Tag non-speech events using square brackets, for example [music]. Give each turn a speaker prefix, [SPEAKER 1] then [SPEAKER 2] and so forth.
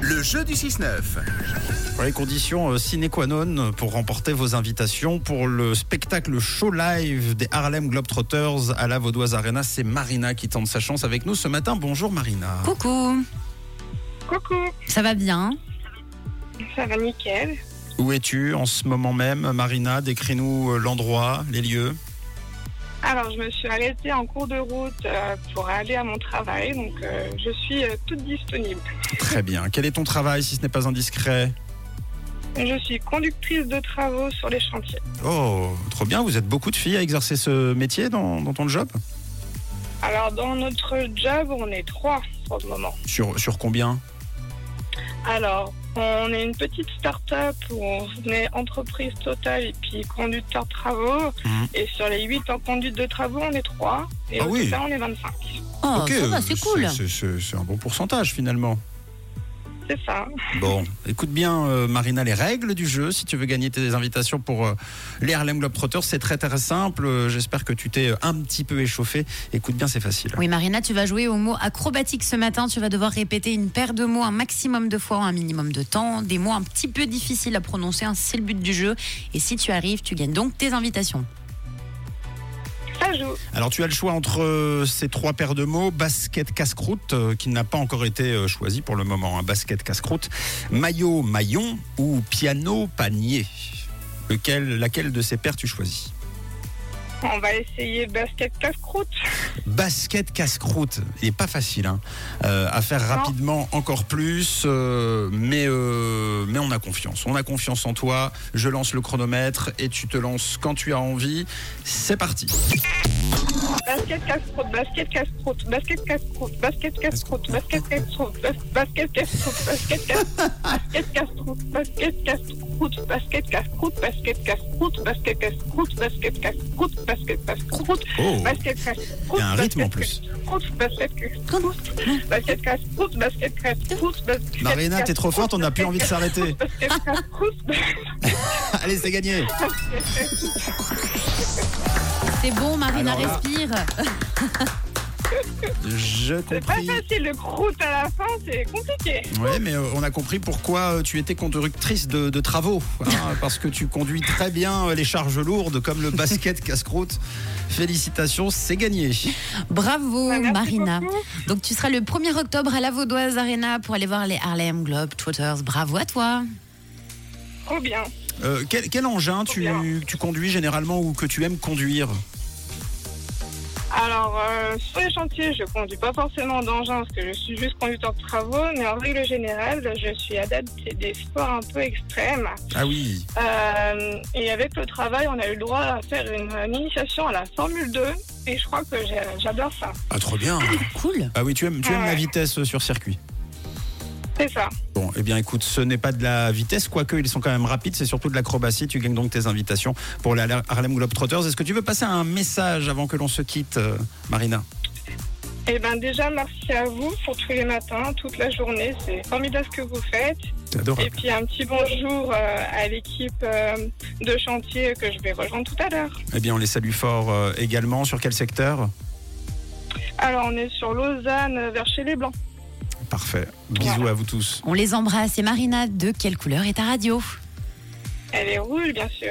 [SPEAKER 1] Le jeu du 6-9.
[SPEAKER 2] Les conditions euh, sine qua non pour remporter vos invitations pour le spectacle show live des Harlem Globetrotters à la Vaudoise Arena. C'est Marina qui tente sa chance avec nous ce matin. Bonjour Marina.
[SPEAKER 3] Coucou,
[SPEAKER 4] Coucou,
[SPEAKER 3] ça va bien
[SPEAKER 4] ça va nickel.
[SPEAKER 2] Où es-tu en ce moment même, Marina Décris-nous euh, l'endroit, les lieux.
[SPEAKER 4] Alors, je me suis arrêtée en cours de route euh, pour aller à mon travail, donc euh, je suis euh, toute disponible.
[SPEAKER 2] Très bien. Quel est ton travail si ce n'est pas indiscret
[SPEAKER 4] Je suis conductrice de travaux sur les chantiers.
[SPEAKER 2] Oh, trop bien. Vous êtes beaucoup de filles à exercer ce métier dans, dans ton job
[SPEAKER 4] Alors, dans notre job, on est trois pour le moment.
[SPEAKER 2] sur, sur combien
[SPEAKER 4] Alors, on est une petite start-up où on est entreprise totale et puis conducteur de travaux.
[SPEAKER 2] Mhm.
[SPEAKER 4] Et sur les huit en conduite de travaux, on est trois. Et
[SPEAKER 2] Ah
[SPEAKER 4] au
[SPEAKER 2] oui.
[SPEAKER 4] total, on est 25.
[SPEAKER 3] Oh,
[SPEAKER 2] Ok,
[SPEAKER 3] ça va,
[SPEAKER 2] euh,
[SPEAKER 3] c'est cool.
[SPEAKER 2] c'est- c'est- c'est un bon pourcentage finalement.
[SPEAKER 4] C'est ça. hein.
[SPEAKER 2] Bon, écoute bien, euh, Marina, les règles du jeu. Si tu veux gagner tes invitations pour euh, les Harlem Globetrotters, c'est très très simple. Euh, J'espère que tu t'es euh, un petit peu échauffé. Écoute bien, c'est facile.
[SPEAKER 3] Oui, Marina, tu vas jouer au mot acrobatique ce matin. Tu vas devoir répéter une paire de mots un maximum de fois, en un minimum de temps. Des mots un petit peu difficiles à prononcer, hein, c'est le but du jeu. Et si tu arrives, tu gagnes donc tes invitations.
[SPEAKER 4] Ça joue.
[SPEAKER 2] Alors tu as le choix entre euh, ces trois paires de mots basket casse-croûte, euh, qui n'a pas encore été euh, choisi pour le moment. hein, basket casse-croûte, maillot maillon ou piano panier. Lequel, laquelle de ces paires tu choisis
[SPEAKER 4] On va essayer basket casse-croûte.
[SPEAKER 2] Basket casse-croûte, il n'est pas facile hein. Euh, à faire rapidement encore plus, euh, mais, euh, mais on a confiance. On a confiance en toi. Je lance le chronomètre et tu te lances quand tu as envie. C'est parti.
[SPEAKER 4] Basket casse-croûte, basket casse-croûte, basket casse-croûte, basket casse-croûte, basket casse-croûte, bas- basket casse-croûte, basket casse-croûte, basket casse-croûte, basket casse-croûte, basket casse-croûte, basket casse-croûte, basket casse-croûte, basket casse-croûte,
[SPEAKER 2] Oh,
[SPEAKER 4] basket casse-croûte.
[SPEAKER 2] Il y a un
[SPEAKER 4] basket
[SPEAKER 2] rythme en plus.
[SPEAKER 4] casse-croûte, Basket casse-croûte, basket casse-croûte, basket casse-croûte, basket
[SPEAKER 2] Marina, t'es trop forte, on n'a plus envie de
[SPEAKER 4] [laughs]
[SPEAKER 2] s'arrêter.
[SPEAKER 4] Basket casse-croûte,
[SPEAKER 2] Allez, c'est gagné.
[SPEAKER 3] C'est bon, Marina,
[SPEAKER 2] Alors là-
[SPEAKER 3] respire.
[SPEAKER 2] Je
[SPEAKER 4] c'est pas
[SPEAKER 2] compris.
[SPEAKER 4] facile, le croûte à la fin, c'est compliqué.
[SPEAKER 2] Ouais, mais euh, on a compris pourquoi euh, tu étais conductrice de, de travaux.
[SPEAKER 4] [laughs]
[SPEAKER 2] hein, parce que tu conduis très bien euh, les charges lourdes comme le basket casse-croûte. Félicitations, c'est gagné.
[SPEAKER 3] Bravo,
[SPEAKER 4] Bah, merci
[SPEAKER 3] Marina.
[SPEAKER 4] beaucoup.
[SPEAKER 3] Donc tu seras le 1er octobre à la Vaudoise Arena pour aller voir les Harlem Globetrotters. Bravo à toi.
[SPEAKER 4] Trop bien.
[SPEAKER 2] Euh, quel, quel engin tu, tu conduis généralement ou que tu aimes conduire
[SPEAKER 4] Alors, euh, sur les chantiers, je conduis pas forcément d'engin parce que je suis juste conducteur de travaux, mais en règle générale, je suis adepte des sports un peu extrêmes.
[SPEAKER 2] Ah oui.
[SPEAKER 4] Euh, et avec le travail, on a eu le droit à faire une, une initiation à la Formule 2 et je crois que j'ai- j'adore ça.
[SPEAKER 2] Ah trop bien.
[SPEAKER 3] Cool.
[SPEAKER 2] Ah oui, tu aimes, tu aimes
[SPEAKER 4] Ouais.
[SPEAKER 2] la vitesse sur circuit.
[SPEAKER 4] C'est ça.
[SPEAKER 2] Bon, eh bien écoute, ce n'est pas de la vitesse, quoique ils sont quand même rapides, c'est surtout de l'acrobatie. Tu gagnes donc tes invitations pour les Harlem Globetrotters. Est-ce que tu veux passer un message avant que l'on se quitte, euh, Marina
[SPEAKER 4] Et ben déjà, merci à vous pour tous les matins, toute la journée. C'est formidable ce que vous faites.
[SPEAKER 2] C'est adorable.
[SPEAKER 4] Et puis un petit bonjour euh, à l'équipe euh, de chantier que je vais rejoindre tout à l'heure.
[SPEAKER 2] Eh bien, on les salue fort euh, également. Sur quel secteur
[SPEAKER 4] Alors, on est sur Lausanne, vers chez les Blancs.
[SPEAKER 2] Parfait. Bisous à vous tous.
[SPEAKER 3] On les embrasse. Et Marina, de quelle couleur est ta radio
[SPEAKER 4] Elle est rouge, bien sûr.